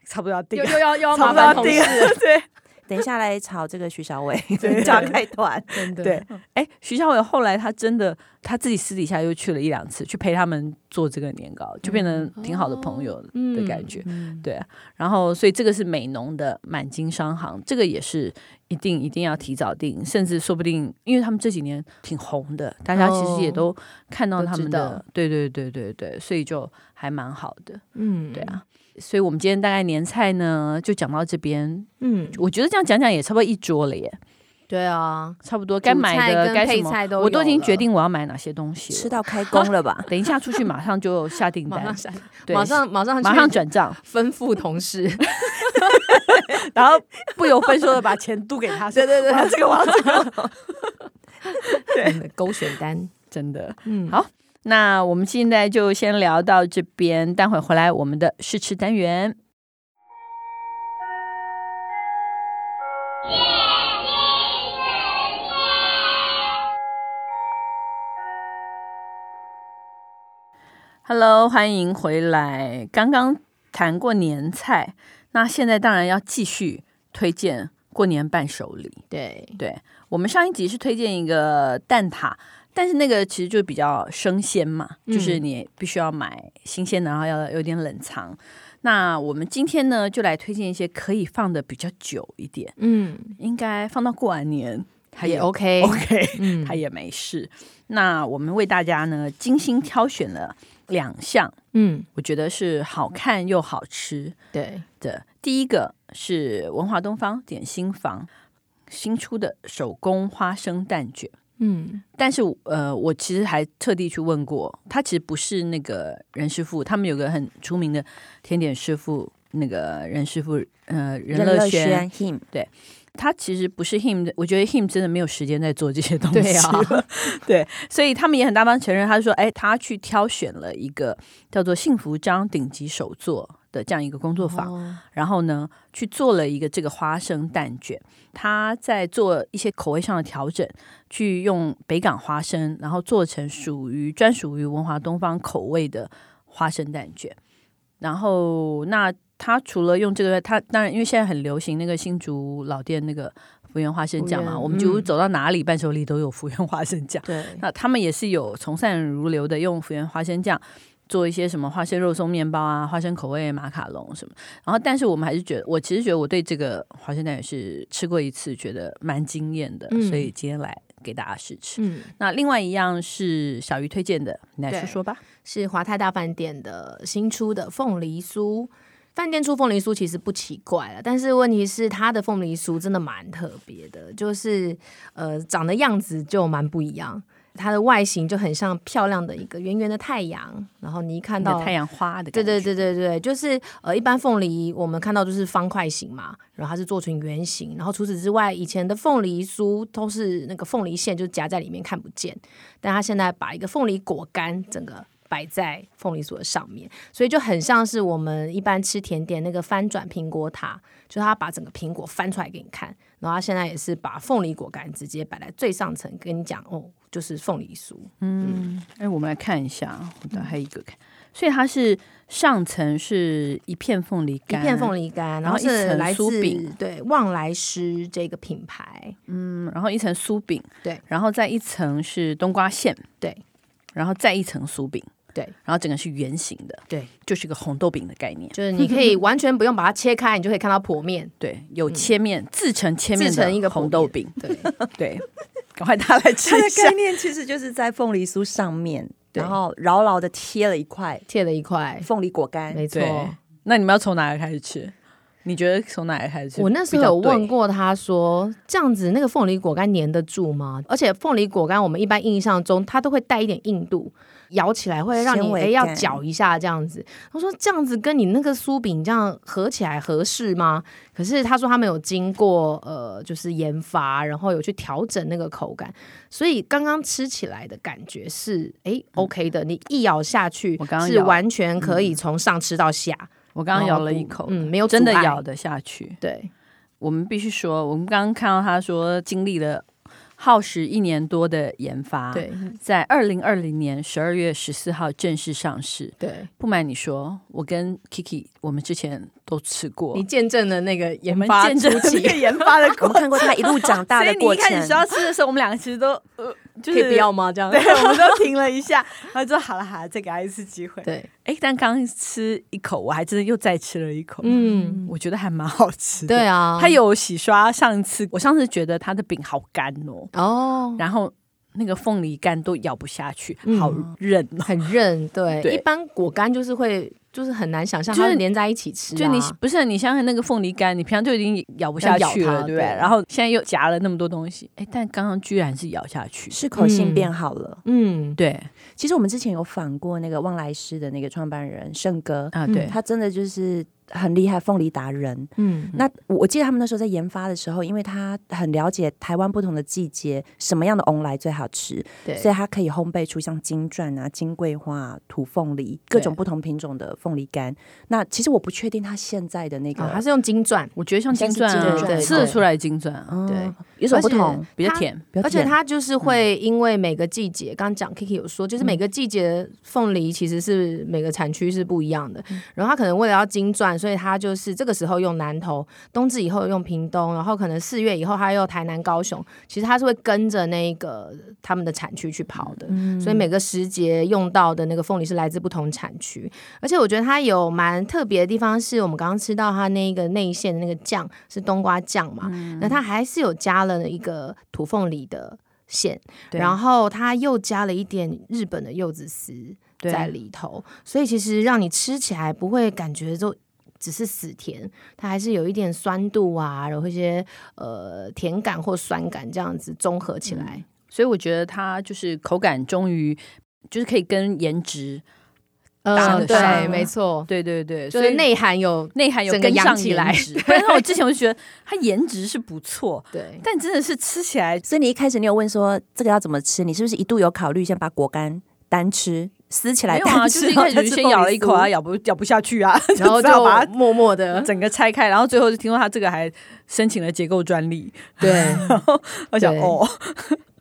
S2: 差不多要定
S3: 又
S2: 了，
S3: 又要又要
S2: 差
S3: 麻
S2: 不多要
S3: 烦同
S2: 定
S3: 事，
S2: 了，对，
S4: 等一下来炒这个徐小伟
S3: 真 的
S4: 加开团，
S3: 真的
S4: 对，
S2: 哎，徐小伟后来他真的他自己私底下又去了一两次，去陪他们做这个年糕，就变成挺好的朋友
S3: 哦
S2: 的感觉。
S3: 嗯
S2: 对啊，然后所以这个是美浓的满金商行，这个也是一定一定要提早订，甚至说不定因为他们这几年挺红的，大家其实也
S3: 哦
S2: 都看到
S3: 都
S2: 他
S3: 知
S2: 们的
S3: 道，
S2: 对对对对对，所以就还蛮好的，
S3: 嗯
S2: 对，啊。所以我们今天大概年菜呢就讲到这边，
S3: 嗯，
S2: 我觉得这样讲讲也差不多一桌了耶，
S3: 对啊，
S2: 差不多该买
S3: 主菜
S2: 的
S3: 跟
S2: 该什
S3: 配
S2: 么
S3: 菜都
S2: 我都已
S3: 有
S2: 经
S3: 了
S2: 决定我要买哪些东西
S4: 吃
S2: 了。？
S4: 到开工了 吧
S2: 等一下出去马上就下订
S3: 马
S2: 单
S3: 上，下，
S2: 对
S3: 马上马上
S2: 马上转账，
S3: 吩咐同事，
S2: 然后不由分说的把钱 都给他， 对 对对，这个我要这 个，
S3: 勾选单，
S2: 真的。
S3: 嗯，
S2: 好那我们现在就先聊到这边，待会回来我们的试吃单元。Hello，欢迎回来。刚刚谈过年菜，那现在当然要继续推荐过年伴手礼。
S3: 对，
S2: 对我们上一集是推荐一个蛋挞，但是那个其实就比较生鲜嘛，
S3: 嗯
S2: 就是你必须要买新鲜的，然后要有点冷藏。那我们今天呢，就来推荐一些可以放的比较久一点，
S3: 嗯，
S2: 应该放到过完年它
S3: 也
S2: OK
S3: OK，
S2: OK，
S3: 嗯
S2: 它也没事。那我们为大家呢精心挑选了两项，
S3: 嗯，
S2: 我觉得是好看又好吃，
S3: 对，
S2: 的第一个是文华东方点心房新出的手工花生蛋卷，
S3: 嗯，
S2: 但是呃，我其实还特地去问过，他其实不是那个任师傅，他们有个很出名的甜点师傅，那个任师傅，呃，任乐
S4: 乐
S2: 轩，
S4: 轩 him，
S2: 他其实不是 him 的，我觉得 him 真的没有时间在做这些东西。
S3: 对啊
S2: 对所以他们也很大方承认，他说：“哎，他去挑选了一个叫做‘幸福章顶级手作’的这样一个工作坊，
S3: 哦
S2: 然后呢，去做了一个这个花生蛋卷，他在做一些口味上的调整，去用北港花生，然后做成属于专属于文华东方口味的花生蛋卷。然后，那他除了用这个，他当然因为现在很流行那个新竹老店那个福源花生酱
S3: 福
S2: 嘛，
S3: 源
S2: 我们几乎
S3: 嗯
S2: 走到哪里伴手礼都有福源花生酱。
S3: 对，
S2: 那他们也是有从善如流的，用福源花生酱做一些什么花生肉松面包啊、花生口味马卡龙什么。然后，但是我们还是觉得，我其实觉得我对这个花生蛋也是吃过一次，觉得蛮惊艳的，
S3: 嗯
S2: 所以今天来给大家试吃。
S3: 嗯，
S2: 那另外一样是小鱼推荐的，你来
S3: 对
S2: 说说吧。
S3: 是华泰大饭店的新出的凤梨酥。饭店出凤梨酥其实不奇怪了，但是问题是它的凤梨酥真的蛮特别的，就是呃长的样子就蛮不一样，它的外形就很像漂亮的一个圆圆的太阳，然后你一看
S2: 你的
S3: 到
S2: 太阳花的，
S3: 对对，对对对，就是呃，一般凤梨我们看到就是方块形嘛，然后它是做成圆形，然后除此之外，以前的凤梨酥都是那个凤梨馅就夹在里面看不见，但它现在把一个凤梨果干整个。摆在凤梨酥的上面，所以就很像是我们一般吃甜点那个翻转苹果塔，就它把整个苹果翻出来给你看，然后它现在也是把凤梨果干直接摆在最上层，跟你讲哦，就是凤梨酥，
S2: 哎，我们来看一下，我
S3: 嗯
S2: 打开一个看，所以它是上层是一片凤梨
S3: 一
S2: 干，
S3: 片凤梨干，
S2: 然
S3: 然
S2: 后
S3: 后
S2: 一
S3: 是
S2: 层
S3: 来
S2: 酥
S3: 自
S2: 饼
S3: 对旺来诗这个品牌，
S2: 嗯，然后一层酥饼，
S3: 对，
S2: 然后再一层是冬瓜馅，
S3: 对，
S2: 然后再一层酥饼，
S3: 对，
S2: 然后整个是圆形的，
S3: 对，
S2: 就是一个红豆饼的概念，
S3: 就是你可以完全不用把它切开，你就可以看到剖面，
S2: 对，有切面，自成切面，
S3: 嗯自成一个
S2: 红豆饼，
S3: 对
S2: 对， 赶快大家来吃
S4: 它的
S2: 一下
S4: 概。念其实就是在凤梨酥上面，
S3: 对
S4: 然后牢牢的贴了一块
S3: 贴了一块，
S4: 凤梨果干，
S3: 没错。
S2: 对，那你们要从哪个开始吃？你觉得从哪个开始吃？
S3: 我那时候有问，过他说，这样子那个凤梨果干粘得住吗？而且凤梨果干我们一般印象中它都会带一点硬度，咬起来会让
S4: 纤
S3: 你
S4: 维
S3: 哎要
S4: 感
S3: 搅一下这样子。他说这样子跟你那个酥饼这样合起来合适吗？可是他说他们有经过呃就是研发，然后有去调整那个口感，所以刚刚吃起来的感觉是哎、OK 的，你一咬下去
S2: 我刚刚
S3: 是
S2: 咬
S3: 完全可以从上吃到下，
S2: 我刚刚
S3: 然
S2: 咬
S3: 后
S2: 了一
S3: 不
S2: 口，
S3: 嗯，没有
S2: 真的
S3: 阻碍
S2: 咬得下去。
S3: 对。
S2: 我们必须说，我们刚刚看到他说经历了耗时一年多的研发，，
S3: 对
S2: 在二零二零年十二月十四号正式上市。
S3: 对，
S2: 不瞒你说，我跟 Kiki 我们之前都吃过，
S3: 你见证了那个
S2: 我
S3: 研
S2: 们
S3: 发
S2: 见证
S3: 初
S2: 这个
S3: 期，
S2: 研发的
S4: 我
S2: 过
S4: 们看过他一路长大
S2: 所以
S4: 的
S2: 你
S4: 过
S2: 一
S4: 程
S2: 开。始说要吃的时候，我们两个其实都呃，就 是
S3: 可以不要吗？这样
S2: 对，我们都停了一下，然后就好了，好了，再给他一次机会。
S3: 对，
S2: 哎，但刚吃一口，我还真的又再吃了一口，
S3: 嗯，
S2: 我觉得还蛮好吃的。
S3: 对，啊，
S2: 它有洗刷。上次我上次觉得它的饼好干哦，
S3: 哦，
S2: 然后那个凤梨干都咬不下去，
S3: 嗯
S2: 好韧哦。
S3: 很韧，对，
S2: 对
S3: 一般果干就是会，就是很难想象
S2: 就
S3: 它
S2: 是
S3: 是连在一起吃、啊，
S2: 就你不是你想想那个凤梨干，你平常就已经咬不下
S3: 要咬
S2: 去了，
S3: 它
S2: 对不对？
S3: 对
S2: 然后现在又夹了那么多东西，哎，但刚刚居然是咬下去，
S4: 是口性
S3: 嗯
S4: 变好了。
S3: 嗯，
S2: 对
S4: 其实我们之前有访过那个望来师的那个创办人盛哥，
S2: 啊，
S3: 嗯
S2: 对，
S4: 他真的就是很厉害，凤梨达人。
S3: 嗯，
S4: 那我记得他们那时候在研发的时候，因为他很了解台湾不同的季节，什么样的翁来最好吃，
S3: 对，
S4: 所以他可以烘焙出像金钻啊、金桂花啊、土凤梨各种
S3: 对
S4: 不同品种的凤梨干。那其实我不确定他现在的那个，
S3: 哦，它是用金钻，
S2: 我觉得像
S4: 像
S2: 金钻
S4: 是金
S2: 啊，
S3: 钻对
S2: 吃得
S3: 对
S2: 出来金钻啊，
S4: 嗯
S3: 对
S4: 有所不同，
S2: 比较
S3: 它
S2: 甜。
S4: 比较
S3: 而且
S4: 甜
S3: 它就是会因为每个季节，刚刚讲 Kiki 有说，就是每个季节凤梨其实是每个产区是不一样的。然后它可能为了要精钻，所以它就是这个时候用南投，冬至以后用屏东，然后可能四月以后它又台南、高雄。其实它是会跟着那个他们的产区去跑的，所以每个时节用到的那个凤梨是来自不同产区。而且我觉得它有蛮特别的地方，是我们刚刚吃到它那个内馅的那个酱是冬瓜酱嘛，那
S2: 嗯
S3: 它还是有加了一个土凤梨的馅，
S2: 对
S3: 然后它又加了一点日本的柚子丝
S2: 对
S3: 在里头，所以其实让你吃起来不会感觉就。只是死甜，它还是有一点酸度啊，然后一些呃甜感或酸感这样子综合
S2: 嗯
S3: 起来。
S2: 所以我觉得它就是口感终于就是可以跟颜值，搭得上
S3: 呃对，没错，
S2: 对对对，
S3: 就
S2: 所
S3: 是
S2: 以
S3: 内涵有
S2: 内涵有
S3: 整个
S2: 跟
S3: 扬
S2: 上
S3: 起
S2: 颜
S3: 来
S2: 值。不然我之前我就觉得它颜值是不错，
S3: 对
S2: 但真的是吃起来
S4: 所以你一开始你有问说这个要怎么吃，你是不是一度有考虑先把果干单吃撕起来
S2: 没有啊，
S4: 单吃？
S2: 就是一
S3: 哦
S2: 开始就先咬了一口啊，，咬不咬不下去啊，
S3: 然 后
S2: 只好把
S3: 就
S2: 它
S3: 默默
S4: 啊
S3: 的，
S2: 整个拆开，然后最后就听说他这个还申请了结构专 利，
S3: 对，
S2: 我想
S3: 对
S2: 哦，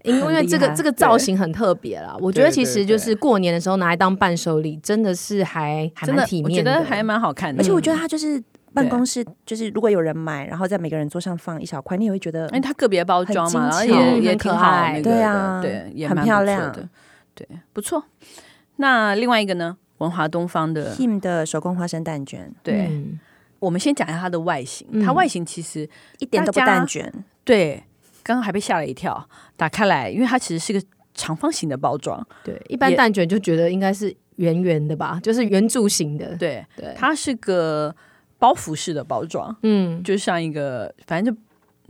S3: 因
S4: 很
S3: 为
S4: 厉
S3: 这个
S4: 害
S3: 这个造型很特别啦，我觉得
S2: 对
S3: 其
S2: 对
S3: 实就
S2: 对
S3: 是过年的时候拿来当伴手礼，真的是还还
S2: 真
S3: 蛮
S2: 的
S3: 体
S2: 我觉
S3: 面
S2: 得还蛮好看的，
S4: 而且我觉
S2: 得。
S4: 得它就是办公室，就是如果有人买，然后在每个人桌上放一小块，你也会觉得
S2: 因为它个别包
S4: 很
S2: 装嘛，然后
S4: 精巧
S2: 也也挺
S3: 很可
S2: 好那
S3: 爱
S2: 个的，
S4: 对啊
S2: 对，也
S4: 很
S2: 蛮
S4: 漂
S2: 不错
S4: 亮
S2: 的，对，不错。那另外一个呢，文华东方的，
S4: Him 的手工花生蛋卷
S2: 对，
S3: 嗯
S2: 我们先讲一下它的外形，
S3: 嗯
S2: 它外形其实
S4: 一点都不
S2: 大家
S4: 蛋卷，
S2: 对，刚刚还被吓了一跳，打开来，因为它其实是个长方形的包装，
S3: 对，一般
S2: 也
S3: 蛋卷就觉得应该是圆圆的吧，就是圆柱形的，
S2: 对，
S3: 对，
S2: 它是个包袱式的包装，
S3: 嗯
S2: 就像一个反正就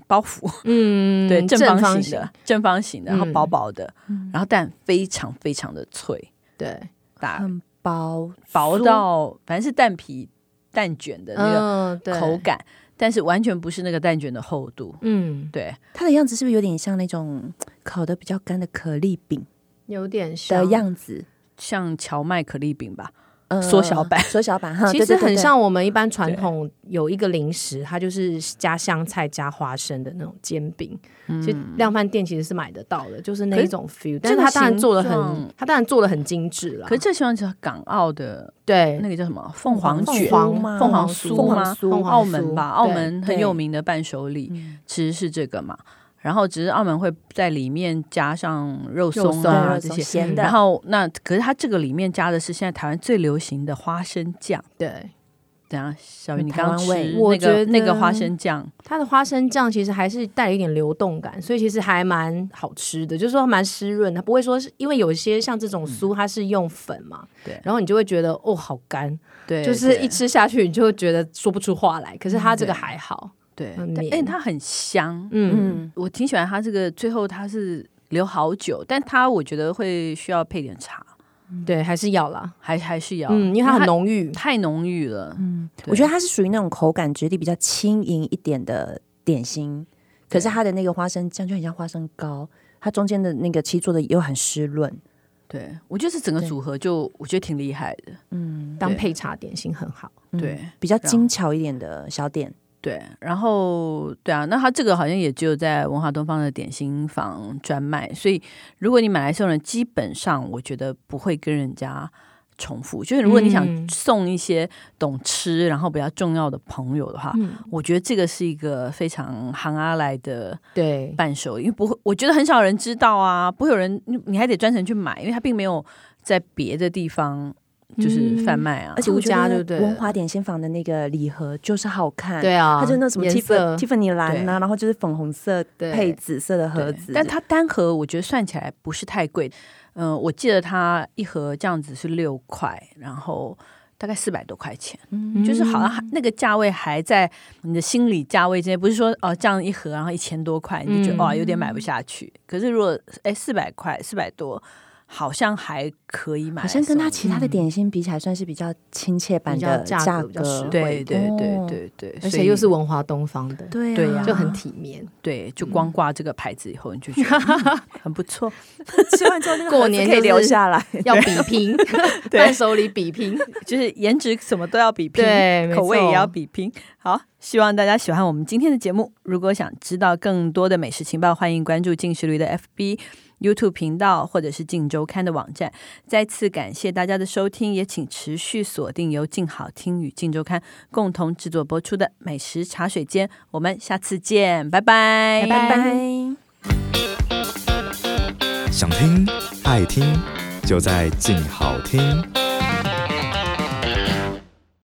S2: 包袱，
S3: 嗯，
S2: 对，正方
S3: 方
S2: 形的，正方形的，然后
S3: 嗯
S2: 薄薄的，然后但非常非常的脆，
S3: 对，
S2: 打
S4: 很薄
S2: 啊薄
S4: 嗯酥
S2: 到反正是蛋皮蛋卷的那
S3: 嗯，
S2: 个
S3: 对
S2: 口，感，但是完全不是那个蛋卷的厚度，
S3: 嗯，
S2: 对，
S4: 它的样子是不是有点像那种烤的比较干的可丽饼
S3: 有点
S4: 的
S3: 像，
S4: 样子？
S2: 像荞麦可丽饼吧，
S4: 呃
S2: 缩小版
S4: 缩小
S2: 嗯
S4: 版哈，
S3: 其
S4: 对
S3: 实
S4: 对对
S3: 很
S4: 对
S3: 像我们一般传统有一个零食，它就是加香菜加花生的那种煎饼，其实量贩店其实是买得到的，就是那
S2: 嗯可
S3: 一
S2: 是
S3: 种 feel，但
S2: 这个
S3: 是它当然做的
S2: 形状
S3: 很，它当然做的很精致啦。
S2: 可是这希望就是港澳的
S3: 对
S2: 那个叫什么凤凰
S4: 凤
S2: 卷。
S4: 凰吗
S2: 凤凰
S3: 酥
S2: 酥
S4: 凤
S2: 吗
S4: 凰？
S3: 凤凰
S4: 酥
S2: 澳门吧，
S3: 酥
S2: 澳
S3: 对
S2: 门很有名的伴手礼
S4: 嗯
S2: 其实是这个嘛。然后只是澳门会在里面加上肉松啊
S4: 对
S2: 这
S4: 有种
S2: 些，
S4: 咸的，
S2: 然后那可是它这个里面加的是现在台湾最流行的花生酱。
S3: 对
S2: 等一下，小云，
S4: 嗯
S2: 你刚刚
S4: 台
S2: 吃
S4: 湾味
S2: 那
S3: 我
S2: 个
S3: 觉得
S2: 那个花生酱，
S3: 它的花生酱其实还是带了一点流动感，所以其实还蛮好吃的，就是说蛮湿润，它不会说是因为有一些像这种酥它是用粉嘛，
S2: 嗯对
S3: 然后你就会觉得哦好干，
S2: 对，
S3: 就是
S2: 对
S3: 一吃下去你就会觉得说不出话来，可是它这个
S2: 对
S3: 还好，
S2: 对，
S3: 很
S2: 但
S3: 绵
S2: 哎，它很香，
S3: 嗯
S4: 嗯，
S2: 我挺喜欢它这个，最后它是留好久，但它我觉得会需要配点茶，
S3: 嗯对，还是要啦，
S2: 还还是要，
S3: 嗯，因为它很，浓郁，
S2: 太浓郁了，嗯，
S4: 我觉得它是属于那种口感质地比较轻盈一点的点心，可是它的那个花生酱就很像花生糕，它中间的那个其实做的又很湿润，
S2: 对，我觉得这整个
S4: 对
S2: 组合就我觉得挺厉害的，
S4: 嗯，
S3: 当
S2: 对
S3: 配茶点心很好。
S4: 嗯
S2: 对
S4: 比较
S2: 然后
S4: 精巧一点的小点，
S2: 对，然后对啊，那它这个好像也只有在文华东方的点心房专卖，所以如果你买来送人，基本上我觉得不会跟人家重复。就是如果你想
S3: 嗯
S2: 送一些懂吃，然后比较重要的朋友的话，
S3: 嗯，
S2: 我觉得这个是一个非常行阿来的
S3: 对，
S2: 伴手，因为不会，我觉得很少人知道啊，不会有人，你你还得专程去买，因为它并没有在别的地方就是
S3: 嗯
S2: 贩卖啊。
S4: 而且我觉
S3: 住家对
S4: 得
S3: 不对
S4: 文华点心房的那个礼盒就是好看，
S3: 对啊，
S4: 它就是那什么
S3: 颜
S4: Tiffany
S3: 色
S4: Tiffany 蓝呐、
S2: 对
S4: 然后就是粉红色
S3: 对
S4: 配紫色的盒
S2: 对
S4: 子，
S2: 但它单盒我觉得算起来不是太贵，嗯、我记得它一盒这样子是六块，然后大概四百多块钱，就是好像还
S4: 嗯
S2: 那个价位还在你的心理价位之内，不是说哦这样一盒然后一千多块你就觉得
S3: 嗯
S2: 哇、有点买不下去，可是如果哎四百块四百多好像还可以买
S4: 好
S2: 来
S4: 像
S2: 送，
S4: 跟它其他的点心比起来，算是嗯比较亲切版
S3: 比较
S4: 的
S3: 价格
S4: 价
S3: 比较实惠
S2: 对对对
S4: 哦
S2: 对对，
S3: 而
S2: 所
S3: 且
S2: 以
S3: 又是文华东方的，
S4: 对
S2: 对
S4: 呀、
S2: 啊
S3: 就很体 面。
S2: 对，就
S4: 嗯
S2: 光挂这个牌子以后你就觉得、嗯很不错，
S4: 吃完之后那个
S3: 过
S4: 盒子
S3: 年
S4: 可以
S3: 就是
S4: 留下来，
S3: 要比拼，
S2: 对
S3: 伴手礼比拼，
S2: 就是颜值什么都要比拼，
S3: 对没
S2: 口味也要
S3: 错
S2: 比拼。好，希望大家喜欢我们今天的节目。如果想知道更多的美食情报，欢迎关注进食驴的 FB、YouTube 频道或者是静周刊的网站。再次感谢大家的收听，也请持续锁定由静好听与静周刊共同制作播出的《美食茶水间》，我们下次见，拜拜，
S4: 拜拜。
S5: 想听爱听，就在静好听。